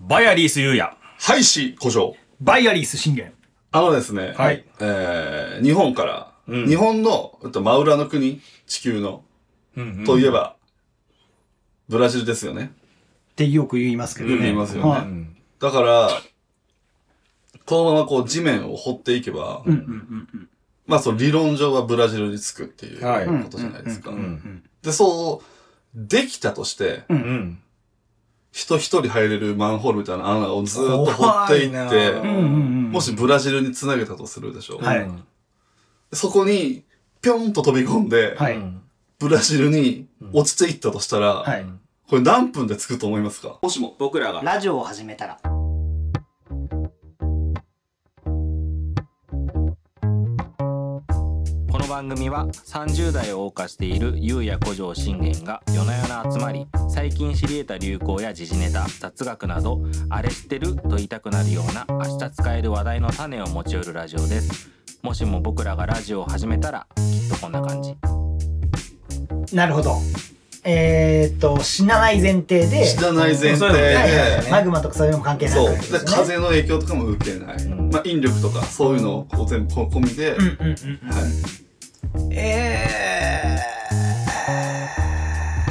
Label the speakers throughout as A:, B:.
A: バイアリース優也。
B: 廃止故障。
C: バイアリース信玄。
B: あのですね、
A: はい
B: えー、日本から、日本の、えっと、真裏の国、地球の、といえば、ブラジルですよね。
C: ってよく言いますけどね。
B: 言いますよね
C: はい
B: だから、このままこう地面を掘っていけば、まあその理論上はブラジルに着くっていう
A: はい
B: ことじゃないですか。で、そう、できたとして、
A: うん。
B: 人一人入れるマンホールみたいな穴をずっと掘っていっ
A: 怖いな
B: て、
C: うんうん
B: もしブラジルに繋げたとするでしょ
C: うん。はい。
A: うん
B: そこに、ぴょんと飛び込んで、
C: は
A: う
C: い。
A: ん
B: ブラジルに落ちていったとしたら、
C: はい。
B: これ何分で着くと思いますかもしも、
A: 僕らが。
D: ラジオを始めたら
E: この番組は30代を謳歌している優也古城信玄が夜な夜な集まり最近知り得た流行や時事ネタ雑学などあれ知ってると言いたくなるような明日使える話題の種を持ち寄るラジオですもしも僕らがラジオを始めたらきっとこんな感じ
C: なるほど。えーっと、死なない前提で、
B: 知らない前
A: そう
B: 提
A: いうのね
B: で、
C: マグマとかそういうのも関係な
B: そう。
C: い。
B: で、風の影響とかも受けない。
E: ん
B: まあ、引力とか、そういうのをこう全部込みで、
C: うんうんうんうん。
B: はい。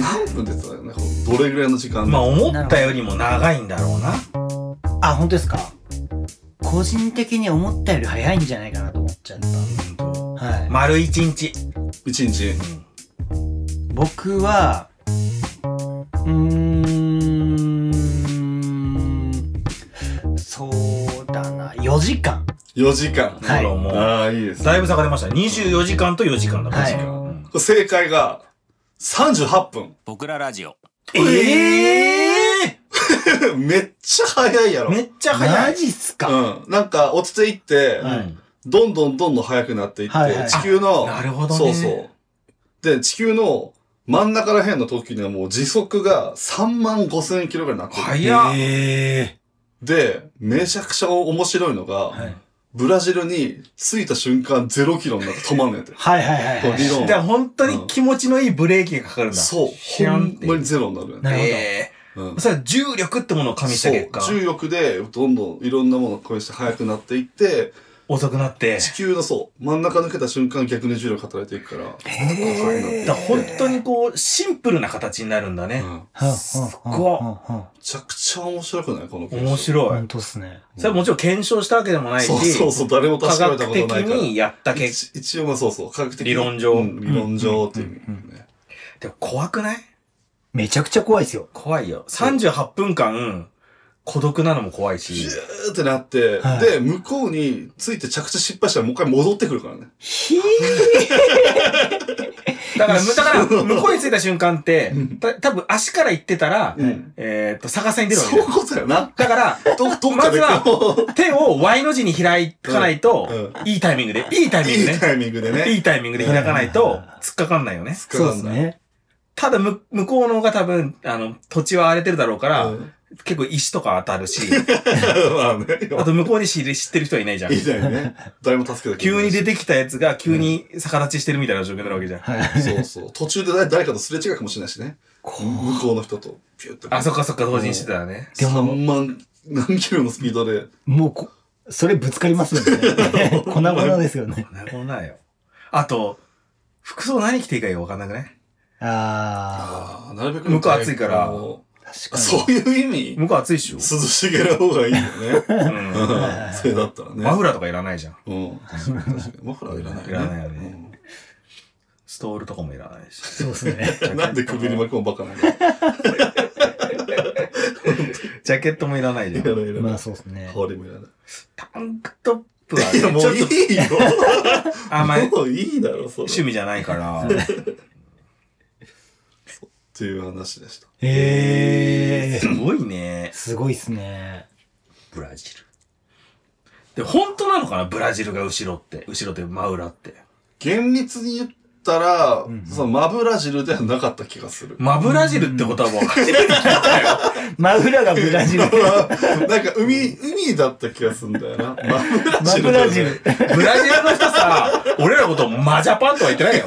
B: 何分で言ってたよね、こうどれぐらいの時間
A: まあ思ったよりも長いんだろうな。
C: あ、本当ですか個人的に思ったより早いんじゃないかなと思っちゃった。
A: うんと
C: はい。
A: 丸一日。
B: 一日。
C: 僕は、うーん、そうだな、4時間。
B: 4時間。
C: はい
A: ほらもう
B: ああ、いいですね。
A: だいぶ差が出ました。24時間と4時間だから。
C: はい
A: うん
B: これ正解が、38分。
E: 僕らラジオ
A: え
B: めっちゃ早いや
A: ー
B: ろ。
A: めっちゃ早
C: マ
A: い。
C: ジっすか、
B: うん。なんか、落ちていって、
C: はい
B: どんどんどんどん速くなっていって、
C: はいはい
B: 地球の、
A: あなるほどね
B: そうそう。で、地球の真ん中ら辺の時にはもう時速が3万5千キロぐらいになってる。
A: 早っ。
C: え。
B: で、めちゃくちゃ面白いのが、
A: はい
B: ブラジルに着いた瞬間0キロになって止まんねんて
C: はいはいはい
B: こ
C: は
B: う
C: い。
B: 理
A: だから
B: 論。
A: 本当に気持ちのいいブレーキがかかるんだ。
B: そう。
A: ひゃ
B: ほ
A: んっ
B: ん
A: て
B: まにゼロになるね。
C: なるほど。
A: え
B: うん
A: ー。それは重力ってものを加味した
B: そう
A: 結果、
B: 重力でどんどんいろんなものをこうして速くなっていって、
A: 遅くなって。
B: 地球のそう、真ん中抜けた瞬間逆に重力働いていくから、速くなっていって
A: だから本当にこう、シンプルな形になるんだね。
B: うんめ
C: すっご
B: ちゃくちゃ面白くないこの現象
A: 面白い
C: 本。当っすね。
A: それはもちろん検証したわけでもないし、
B: そうそうそう、誰も
A: 科
B: 確かめた
A: 学
B: こと
A: 的
B: ないから。
A: にやった結
B: 一一応まあそうそう、科学的に
A: 理論上
B: うん理論上っていうね。
A: 果。でも怖くない
C: めちゃくちゃ怖いっすよ。
A: 怖いよ。38分間、孤独なのも怖いし
B: ジ、ューってなって、
C: はい
B: で、向こうについて着地失敗したらもう一回戻ってくるからね。
A: だから、むだから、向こうに着いた瞬間って、た多分足から行ってたら、
B: うん
A: えーっと、逆さに出るわ
B: そ
A: け
B: う
A: だ
B: いう
A: よ。
B: ことだよな。
A: だから、
B: ど、どっかで
A: まずは
B: こ
A: 手を Y の字に開かないと
B: うん、
A: いいタイミングで、いいタイ
B: う、
A: ミング
B: いい
A: ね。
B: タイミングでね。
A: いいタイミングで開かないと、突っかかんないよね。
C: そうですね。
A: ただ、む、向こうの方が多分、あの、土地は荒れてるだろうから、
B: うん
A: 結構石とか当たる し、
B: まあね。
A: あと向こうに知り知ってる人はいないじゃん
B: い。いタイミングね。誰も助けてくれ
A: 急
B: ない
A: に
B: し
A: 出てきたやつが急に逆立ちしてるみたいな状況になるわけじゃん。
B: そうそう。途中で誰誰かとすれ違うかもしれないしね。向こうの人と、ピュッて。
A: あ、そっかそっか、同時にしてたらね。
B: でも3万、何キロのスピードで。
C: もうこ、それぶつかりますよ ね。粉々ですよね。
A: なるほどなよ。あと、服装何着ていいかよくわかんなくね。
C: あ
B: ああ、なるべく。
A: 向こう暑いから
B: こ
C: あ、確
B: う
C: かに。
B: そういう意味、
A: 向こう暑いっしょ
B: 涼。しげな方がいいよね。
A: うん。
B: うんそれだったらね。
A: マフラーとかいらないじゃん。
B: うん。確かに確かにマフラーいらないよね。
A: いらないよねストールとかもいらないし。
C: そうです ね。
B: うんなんで首に巻き込むばっかなんだい
A: ジャケットもいらないじゃん。
B: らないいら
C: ま
B: な
C: あ
B: い。
C: そうですね。
B: 羽織もいらない。
A: タンクトップはね、
B: いや、も
A: ちょ
B: う
A: っ
B: いいよ。
A: とあんまり
B: もういいだろ、それ。
A: 趣味じゃないから。
B: っていう話でした。
C: ええ
A: すごいね。
C: すごいっすね。
A: ブラジル。で、本当なのかなブラジルが後ろって。後ろって真裏って。
B: 厳密に言ったら、そのマブラジルではなかった気がする。
A: 真ブラジルってことはもう初めて聞いたよ。
C: 真裏がブラジル。
B: なんか海、海だった気がするんだよな。マブラジ
C: 真
B: ルだよね。
C: 裏ジル。
A: ブラジルの人さ、俺らのことマジャパンとは言ってないよ。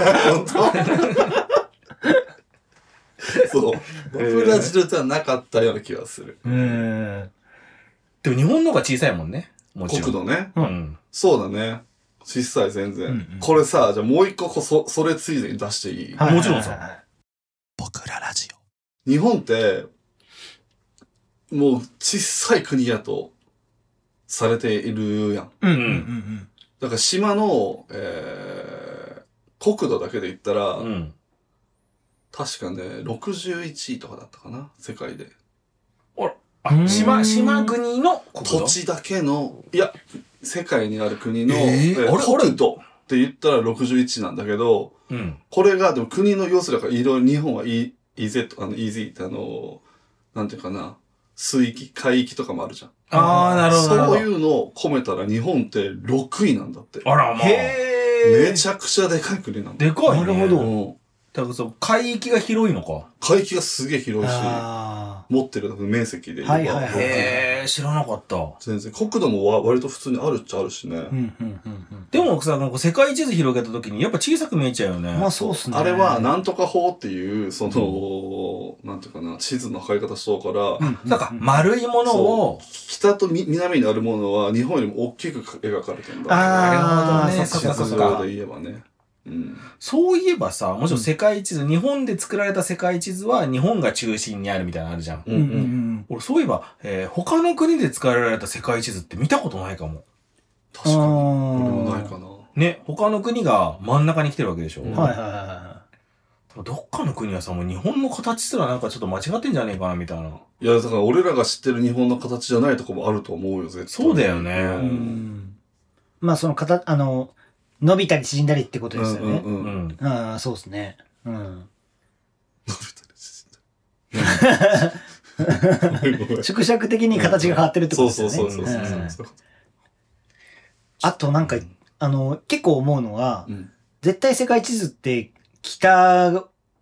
B: そう。マブラジルではなかったような気がする。
C: うーん。
A: でも日本の方が小さいもんね。もちろん。
B: 国土ね。
A: う。
C: うん
B: そうだね。小さい全然。
A: うんうん
B: これさ、じゃあもう一個こそ、それついでに出していい、
A: いもちろんさ
C: さ。
E: 僕らラジ
B: 日本って、もう小さい国やとされているやん。
C: うん
A: うんうん
C: ん
B: だから島の、えー、国土だけで言ったら、
A: うん。
B: 確かね、61位とかだったかな世界で。
A: あ、島、島国の国土
B: 土地だけの、いや、世界にある国の、
A: えー
B: えー
A: あれ
B: 国土って言ったら61なんだけど、
A: うん。
B: これが、でも国の要するから、いろいろ日本は E- EZ、あの EZ ってあの、なんていうかな、水域、海域とかもあるじゃん。
A: ああ、なるほど。なるほ
B: そう
A: ど
B: いうのを込めたら日本って6位なんだって。
A: あら、まあ。
B: めちゃくちゃでかい国なんだ。
A: でかい、ね。
C: なるほど
B: うん
A: だからそう、海域が広いのか。
B: 海域がすげえ広いし、
C: あ
B: 持ってる面積で言えば、
C: はいはいはい
A: へえ、知らなかった。
B: 全然、国土もわ割と普通にあるっちゃあるしね。
C: あ。うんうんうんうん。
A: でもさ、なんか世界地図広げた時にやっぱ小さく見えちゃうよね。
C: まあそうっすね。
B: あれは、なんとか法っていう、その、なんていうかな、地図の測り方しとうから、
A: なんか丸いものを、
B: 北とみ南にあるものは日本よりも大きく描かれてるんだ。
C: あ
A: なるほどね
C: あ、
A: そっ
B: 地
A: かそっ
B: 図
A: か
B: 上で言えばね。うん。
A: そういえばさ、もちろん世界地図、日本で作られた世界地図は日本が中心にあるみたいなのあるじゃん。
B: う
C: うんん
B: う
C: うんうん
B: ん。
A: 俺そういえば、えー他の国で使われた世界地図って見たことないかも。
B: 確かに。
C: あ
B: これ
C: ー
B: もないかな。
A: ね、他の国が真ん中に来てるわけでしょ。
B: うん
C: うん。はいはいはいは
A: どっかの国はさ、もう日本の形すらなんかちょっと間違ってんじゃねえかな、みたいな。
B: いや、だから俺らが知ってる日本の形じゃないとこもあると思うよ、絶対。
A: そうだよね
C: い。
A: う
C: うんん。まあその形、あの、伸びたり縮んだりってこと
B: うん
C: ですよ
B: うん
C: ね。
A: う
B: うん。
A: ん。
C: ああ、そうですね。うん。
B: ごめんごめん
C: 縮尺的に形が変わってるってこ
B: そ
C: と
B: う
C: です
B: そ
C: よ
B: う
C: ね。
B: そうそうそう
C: うん
B: そう。
C: あとなんか
A: う、
C: あの、結構思うのは、
B: うん
C: 絶対世界地図って北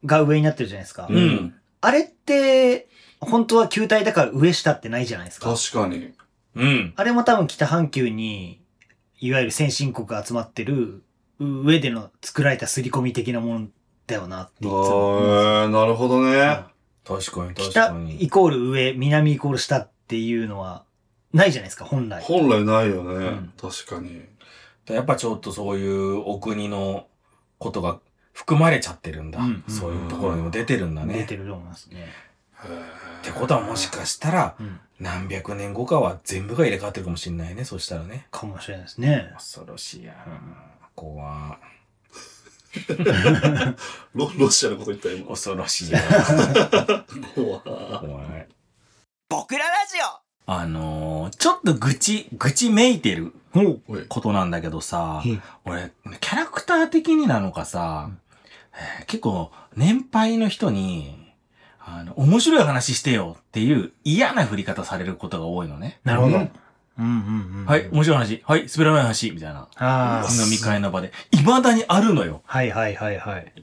C: が上になってるじゃないですか。
A: ん
B: うん。
C: あれって、本当は球体だから上下ってないじゃないですか。
B: 確かに。
A: うん。
C: あれも多分北半球に、いわゆる先進国が集まってる上での作られた刷り込み的なものだよなって
B: あ
C: いつも思うんで
B: ーなるほどね。
A: 確かに、
C: すよ。
A: 確か
C: 北
A: に。
C: イコール上、南イコール下っていうのはないじゃないですか、本来。
B: 本来ないよ
C: う
B: ね
C: ん。
B: 確かに。
A: やっぱちょっとそういうお国のことが含まれちゃってるんだ。
C: うん
A: そういうところにも出てるんだね。
C: 出てると思いますね。
A: ってことはもしかしたら、
C: うん。
A: 何百年後かは全部が入れ替わってるかもしれないね。そしたらね。
C: かもしれないですね。
A: 恐ろしいや怖
B: ロロシアのこと言った今。
A: 恐ろしいや
B: 怖
A: 怖い。
E: 僕らラジ
A: あのー、ちょっと愚痴、愚痴めいてる
C: ほ
B: おい。
A: ことなんだけどさ
C: うん、
A: 俺、キャラクター的になのかさ、えー結構、年配の人に、あの、面白い話してよっていう嫌な振り方されることが多いのね。
C: なるほど。
B: う
C: うんんうんうん。
A: はい、。面白い話。はい、滑らない話。みたいな。
C: ああ。
A: 飲み会の場で。未だにあるのよ。
C: はいはいはいはい。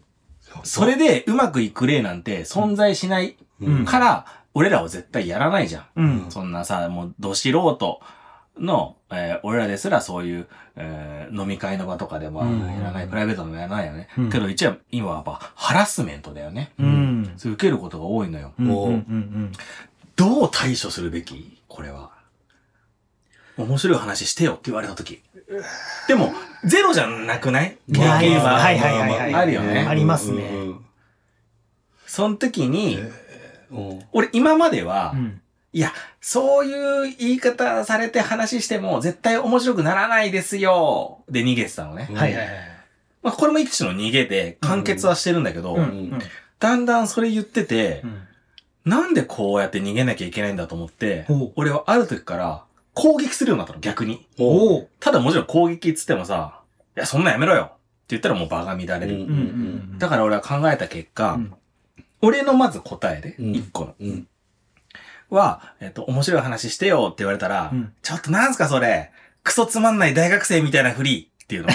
A: それでうまくいく例なんて存在しない
C: うん
A: から、俺らは絶対やらないじゃん。
C: うん。
A: そんなさ、もう、ど素人の、えー俺らですらそういう、えー飲み会の場とかでも
C: うん
A: やらない、プライベートでもやらないよね。
C: うん
A: けど、一応、今はやっぱハラスメントだよね。
C: うん。
A: そう受けることが多いのよ。
C: うん
B: おー
C: うんうん
A: どう対処するべきこれは。面白い話してよって言われたとき。でも、ゼロじゃなくない経
C: まあ
A: 験
C: まあ
A: は。
C: はいはいはいはい
A: あるよね
C: ありますね
B: うんうん
A: その時に、
B: うんうん
A: 俺今までは、
C: うん。
A: いや、そういう言い方されて話しても絶対面白くならないですよで逃げてたのね。
B: うん
C: はいはいはい。
A: まあこれも一種の逃げで完結はしてるんだけど、
C: うんうん
A: だんだんそれ言ってて、
C: うん。
A: なんでこうやって逃げなきゃいけないんだと思って
C: ほう、
A: 俺はある時から攻撃するようになったの、逆に。
B: おー
C: お。
A: ただもちろん攻撃っつってもさ、いや、そんなんやめろよって言ったらもう場が乱れ
B: うん
C: う
A: る。
C: んうん。
A: だから俺は考えた結果、
C: うん
A: 俺のまず答えで、
B: うん
A: 一個の。
B: うん
A: は、えっと、面白い話してよって言われたら、
C: うん
A: ちょっとなんすかそれ、クソつまんない大学生みたいなふりっていうの。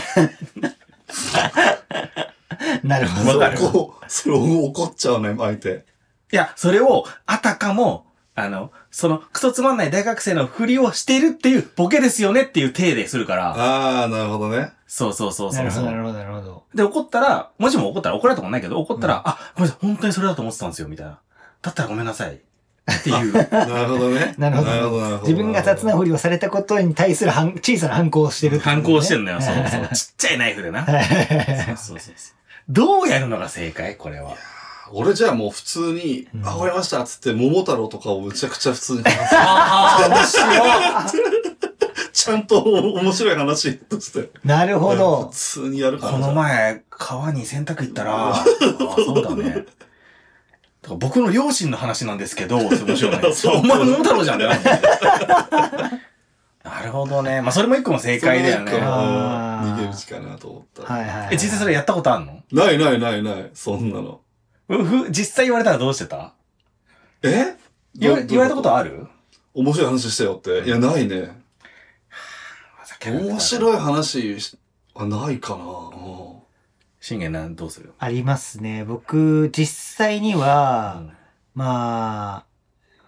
C: なるほど。
A: わかる
B: そこ、それ怒っちゃうね、相手。
A: いや、それを、あたかも、あの、その、クソつまんない大学生のふりをしているっていうボケですよねっていう体でするから、
B: あー、なるほどね。
A: そうそうそう
C: な
A: そ
C: る
A: う
C: ほ
A: そ
C: ど、なる
A: う。
C: ほど、なるほど。
A: で、怒ったら、もちろん怒ったら怒られたことないけど、怒ったら、
C: うん
A: あ、ごめんなさい、本当にそれだと思ってたんですよ、みたいな。だったらごめんなさい。っていう。
B: なるほどね。
C: なるほど
B: なるほどなるほど
C: 自分が立つなふりをされたことに対する反小さな反抗をしてるってことね
A: 反抗してんのよ、そうそう。 ちっちゃいナイフでな。そうそうそうそう。どうやるのが正解これは。
B: 俺じゃあもう普通に、あ、終わりましたっつって、桃太郎とかをむちゃくちゃ普 通に 話
A: ああ、面白い。
B: す。ちゃんと面白い話として。
C: なるほど
B: 普。通にやるから。
A: この前、川に洗濯行ったら、あそうだね。だから僕の両親の話なんですけど、それ面白いね。そう、お前桃太郎じゃんだよ。 なるほどね。まあ、それも一個の正解だよ
B: それ
A: ね。
B: なんか
C: あー
B: 逃げ道かなと思った。
C: はいはい。
A: え、実際それやったことあるの
B: ないないないない、そんなの。
A: うふ実際言われたらどうしてた
B: え
A: 言わ言われたことあ
B: る
A: る
B: 面白い話したよって。いや、ないね。面
A: い。
B: 白い話しあないかな。うん
A: 信玄なんどうする
C: ありますね。僕、実際には、ま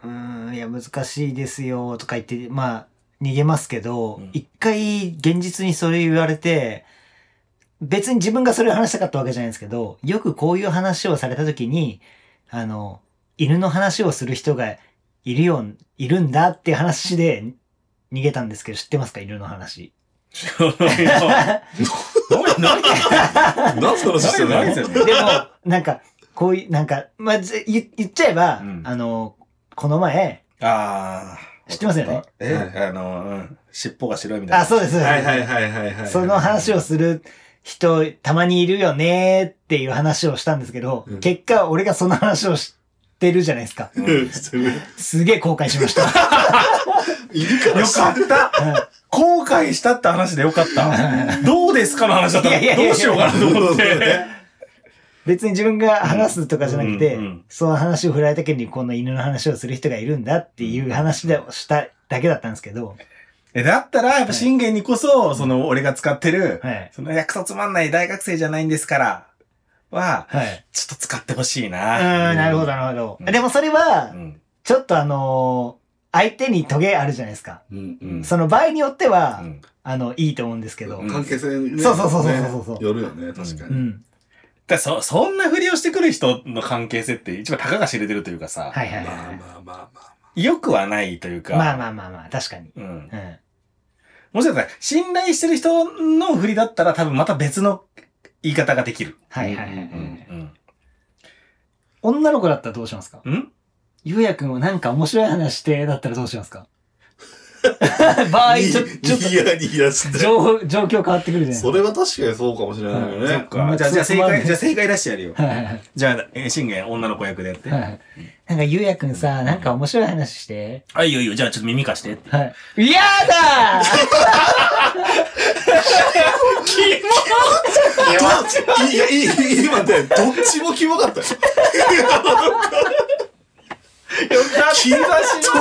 C: あ、うーん、いや、難しいですよ、とか言って、まあ、逃げますけど
A: うん、
C: 一、回、現実にそれ言われて、別に自分がそれを話したかったわけじゃないんですけど、よくこういう話をされた時に、あの、犬の話をする人がいるよ、いるんだっていう話で逃げたんですけど、知ってますか犬の話。
A: 何
B: 何その話してん
A: 何
B: の
A: 何
C: でも、なんか、こういう、なんか、まあ、ぜ言言っちゃえば、
A: うん
C: あの、この前、
A: ああ。
C: 知ってますよね
A: え、
B: は
A: あの、うん。尻尾が白いみたいな。
C: あ、そうです、そうです。
B: はいはいはいはいはい。
C: その話をする人、たまにいるよねーっていう話をしたんですけど、
B: うん
C: 結果、俺がその話を知ってるじゃないですか。
B: うんしてる
C: すげえ後悔しま した。
B: いるから
A: よ
B: 知
A: か
B: らん
A: った後悔したって話でよか った。どうですかの話だったら、どうしようかなと思っ
B: いやいやい
A: て。
C: 別に自分が話すとかじゃなくて、
A: うんうん
C: その話を振られた時にこの犬の話をする人がいるんだっていう話でしただけだったんですけど、
A: え、だったら、やっぱ信玄にこそ、その、俺が使ってる、
C: はい。
A: その、約束つまんない大学生じゃないんですから、は、
C: はい。
A: ちょっと使ってほしいうな。
C: ーん、なるほど、なるほ
A: うん
C: ど。でもそれは
A: う、ん。
C: ちょっとあのー相手にトゲあるじゃないですか。
B: うんうん
A: うん
C: その場合によっては、
A: うん
C: あの、いいと思うんですけど、
A: うん
B: 関係性にね
C: そうそうそうそうそうそ
B: ね
C: う
B: よるよね、確か
C: う
B: に。
C: ん。
A: だからそ、そんなふりをしてくる人の関係性って、一番たかが知れてるというかさ、
C: はいはい
B: まあ
C: はい。
B: まあまあまあ。
A: 良くはないというか、
C: まあまあまあまあ、確かに。
A: うん。
C: うん。
A: もしかしたら、信頼してる人の振りだったら、多分また別の言い方ができる。
C: はいはいは
B: う
C: いは
B: んうん
C: い。
A: うん。
C: 女の子だったらどうしますか
A: ん
C: ゆうやくんはなんか面白い話してだったらどうしますか場合、ちょ、ちょっ
B: ニヤニヤし
C: と、
B: て。
C: 状況状況変わってくるじゃないです
B: そ
C: か。
B: れは確かにそうかもしれないよ
A: そ
B: ね
A: っ。か。じゃあ、じゃあ正解、じゃあ正解出してやるよ。
C: はいはいはい
A: じゃあ、えー、信玄、女の子役でやって。
C: はいはい。なんかゆうやくんさ、なんか面白い話して。
A: あ、いいよいいよ、じゃあちょっと耳貸してって。
C: はい。やだー
B: どいや、いい、今ね、どっちもキモかったよ。
A: よかった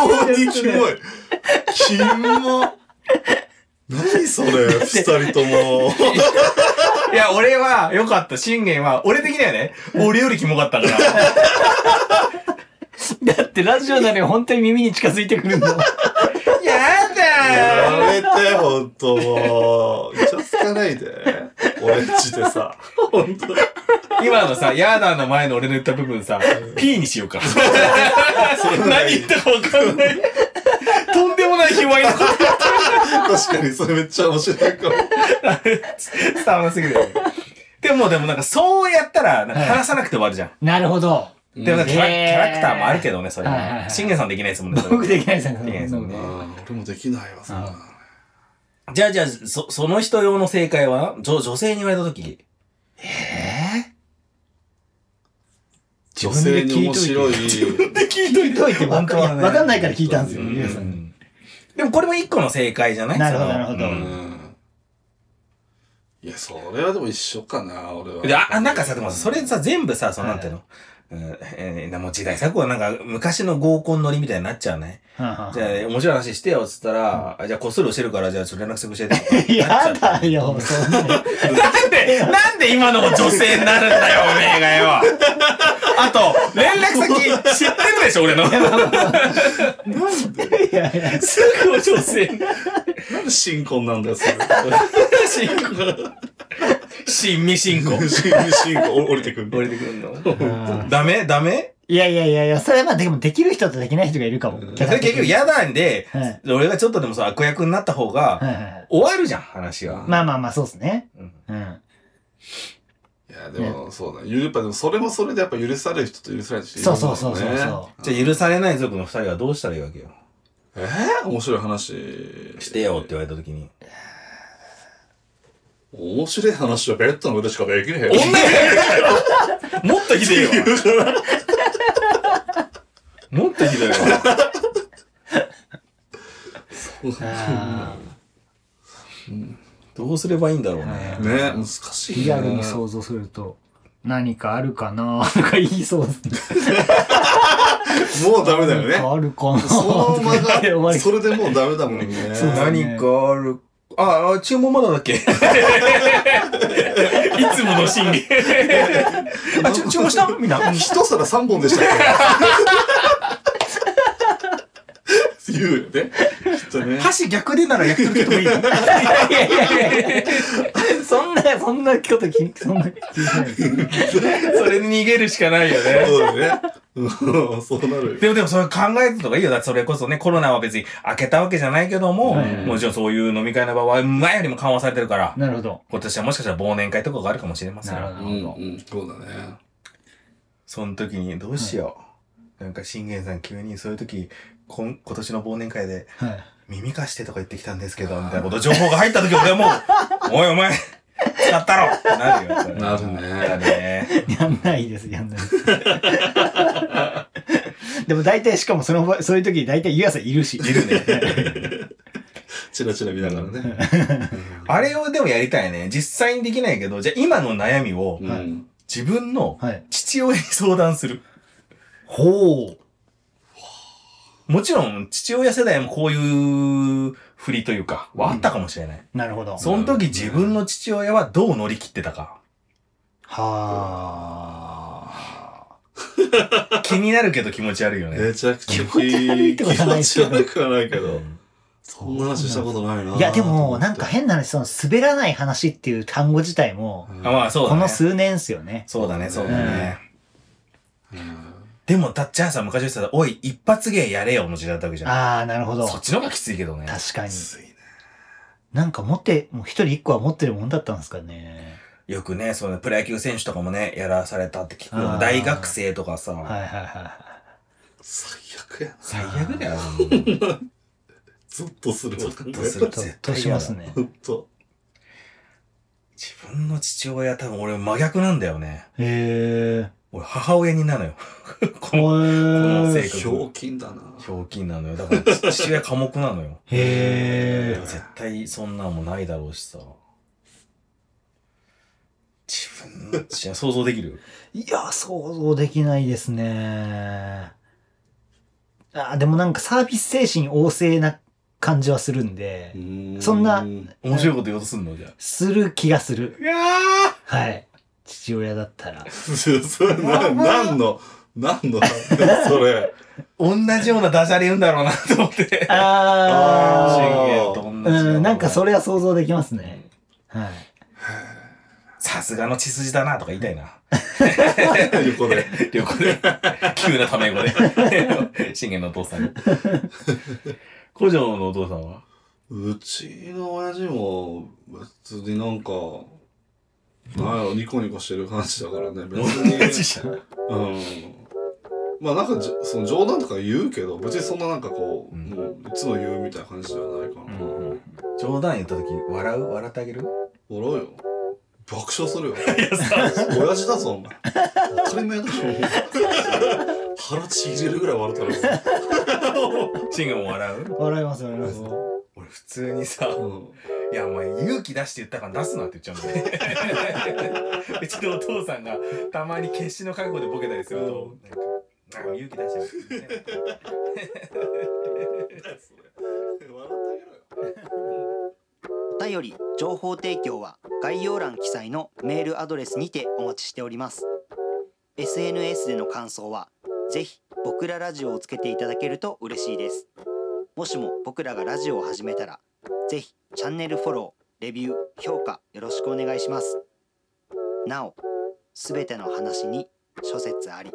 B: 本当にキモい。キモ。何それ、二人とも。
A: いや、俺は、よかった。信玄は、俺的にはね、俺よりキモかった から。
C: だってラジオなのに本当に耳に近づいてくるの。
A: やだー
B: やめて、ほんともう。イチャつかないで。俺んちでさ。ほんとに。
A: 今のさ、やだーの前の俺の言った部分さ、P にしようか。 何言ったかわかんない。とんでもない卑猥なこと
B: 確かに、それめっちゃ面白いかも。
A: 伝わらなすぎるよね。でも、でもなんか、そうやったら、なんか話さなくて終わるじゃん。
C: なるほど。
A: でもなんかキャラ、
C: へー
A: キャラクターもあるけどね、それ
C: はいはいは
A: は。
C: い
A: 信玄さんできないですもんね。それ
C: 僕できないですよ
A: できないですもんね。
B: あー俺もできないわ、そんな。
A: じゃあじゃあ、そ、その人用の正解は女、女性に言われたとき。
B: 女性に面白い。
C: 聞いといておいて、わか
A: 本当はね
C: わかんないから聞いたんですよ、
B: うん
C: ゆうやさんに。
A: でもこれも一個の正解じゃない
C: なるほど
A: その
C: なるほど
A: うん
B: うんいや、それはでも一緒かな、俺は。
A: であ、あなんかさ、でもさそれさ、全部さ、そのなんていうの、うんえー、もう時代錯誤はなんか昔の合コン乗りみたいになっちゃうね。じゃあ、面白い話してよ、つったら、あじゃあこっそり教えるから、じゃあちょっと連絡先教えてとか。
C: や
A: なっ
C: だ
A: ちゃう
C: よ、そんな。
A: なんで、なんで今のも女性になるんだよ、おめえがよ。あと、連絡先知ってるでしょ、俺の。
C: いやいや。
A: すぐ女性になる。
B: なんで新婚なんだよ、それ。
A: 新婚。新未新婚。
B: 新婚、新婚、降りてくる。
A: 降りてくんのダメダメ
C: いやいやいやいや、それはまあでもできる人とできない人がいるかも。
A: それ結局
C: や。
A: 嫌なんで、
C: はいはい
A: 俺がちょっとでもその悪役になった方が、
C: はいはい。
A: 終わるじゃん、話は。
C: まあまあまあ、そうですね。
A: うん
C: うん。
B: いや、でも、そうだ。ゆやっぱ、でも、それもそれで、やっぱ許される人と許されない人いる
C: そ
B: もだ
C: うんそ
B: ろ
C: うそうそうそ
A: じゃあ許されない族の二人はどうしたらいいわけよ。
B: えー、面白い話。
A: してよって言われた時に。
B: 面白い話はベッドの上でしかできねえよ。
A: 女もっとひどいわ。もっとひどいわ。
C: う。あー
A: どうすればいいんだろうね。
B: ね難しい、ね。
C: リアルに想像すると、何かあるかなとか言いそうですね。
B: もうダメだよ
C: 何か
B: ね。
C: あるかな
B: その間
C: とか言って終わ
B: が、
C: り
B: それでもうダメだもんね。
C: そうだね
A: 何かある、あ、あ注文まだだっけ いつもの心理。あ、ちゅ注文したみんな。
B: 一皿三本でしたっけ言うよね。きっとね。
A: 箸逆でなら焼き鳥とかいい
C: いやいやいやいやそんな、そんなこと気に、そんな気にしないです。
A: それに逃げるしかないよね。
B: そうだね。うんそうなるよ。
A: でもでもそれ考えたとかいいよ。だってそれこそね、コロナは別に開けたわけじゃないけども、
C: はいはい
A: もちろんそういう飲み会の場は前よりも緩和されてるから、
C: なるほど。
A: 今年はもしかしたら忘年会とかがあるかもしれません
C: なる
A: よ。
C: ほ
B: う
C: ど。
B: ん、うん、そうだね。
A: その時にどうしよう。なんか信玄さん急にそういう時、こん今年の忘年会で
C: はい。
A: 耳貸してとか言ってきたんですけど、みたいなこと、情報が入った時俺はもう、 おいお前、使ったろってなるよ。それ
B: なるね
A: なるね。
C: やんないです、やんないです。でも大体、しかもその場、そういう時大体湯浅いるし。いるね。
B: チラチラ見ながらね。
A: あれをでもやりたいね。実際にできないけど、じゃあ今の悩みを
B: うん。
A: 自分の
C: はい。
A: 父親に相談する。
C: ほう。
A: もちろん、父親世代もこういう振りというか、はあったかもしれない。
C: なるほど。は
A: その時自分の父親はどう乗り切ってたか。
C: あ。
A: 気になるけど気持ち悪いよね。
B: めちゃくちゃ気
C: 持ち悪いってことはないですけど
B: 気持ち悪くはないけ
A: う
B: ど。
A: ん
B: そんな話したことないな。
C: いや、でも、なんか変な話、その、滑らない話っていう単語自体も
B: う、ん、
A: あまあそう
C: こ
A: だね
C: の。数年っすよね。
A: そうだね、そうだね。
B: うん
A: でも、たっちゃんさん昔言ってたら、おい、一発芸やれよの時代だったわけじゃん。
C: ああ、なるほど。
A: そっちの方がきついけどね。
C: 確かに。
B: ついね。
C: なんか持って、もう一人一個は持ってるもんだったんですかね。
A: よくね、そのプロ野球選手とかもね、やらされたって聞く
C: あ
A: よ。
C: ー
A: 大学生とかさ、
C: はいはいはい。
B: 最悪やな。
A: 最悪だよ。ほんと
B: ゾッとするわ。
A: ゾッとする
C: ちょっとしますね。
B: ほんと。
A: 自分の父親多分俺真逆なんだよね。
C: へえ。
A: 俺母親になのよ。この、
C: の
A: 性格
B: ひょうきんだな。
A: ひょうきんなのよ。だから父父親寡黙な のよ。
C: へー
A: 絶対そんなんもないだろうしさ。自分の父親想像できる
C: いや、想像できないですね。あ、でもなんかサービス精神旺盛な感じはするんで
B: う、ー
C: そんな
A: 面白いこと言おうとすんのじゃあ。
C: する気がする。
A: いや
C: はい。父親だった ら。
B: それな、なんの、なんの、そ れ。
A: ー同じようなダジャレ言うんだろうなと思って。
B: あ
C: あ
B: ー
A: 信玄と同じよ
C: う、
A: うん
C: なんかそれは想像できますね。はい。
A: さすがの血筋だなとか言いたいな。
B: 横で。
A: 旅行 で。急なため語 で。信玄のお父さんに。古城のお父さんは
B: うちの親父も、別になんか、なんやろ、ニコニコしてる感じだから ね、別に。 うん。まあなんかじ、その冗談とか言うけど、別にそんななんかこう、
A: うん
B: もういつも言うみたいな感じではないかな。
A: 冗談言った時、笑う笑ってあげる
B: 笑うよ。爆笑す るよ。親父だぞ、お前。当たり前だろ。 腹ちぎれるぐらい笑ったら。
A: 信玄も笑う
C: 笑います、笑います。
A: 俺普通にさ、
B: うん
A: いやお前勇気出して言ったから出すなって言っちゃうんだよ ねうちのお父さんがたまに決死の覚悟でボケたりすると、なんかあ勇気出してる、
D: お便り情報提供は概要欄記載のメールアドレスにてお待ちしております SNS での感想はぜひ僕らラジオをつけていただけると嬉しいですもしも僕らがラジオを始めたらぜひチャンネルフォローレビュー評価よろしくお願いしますなおすべての話に諸説あり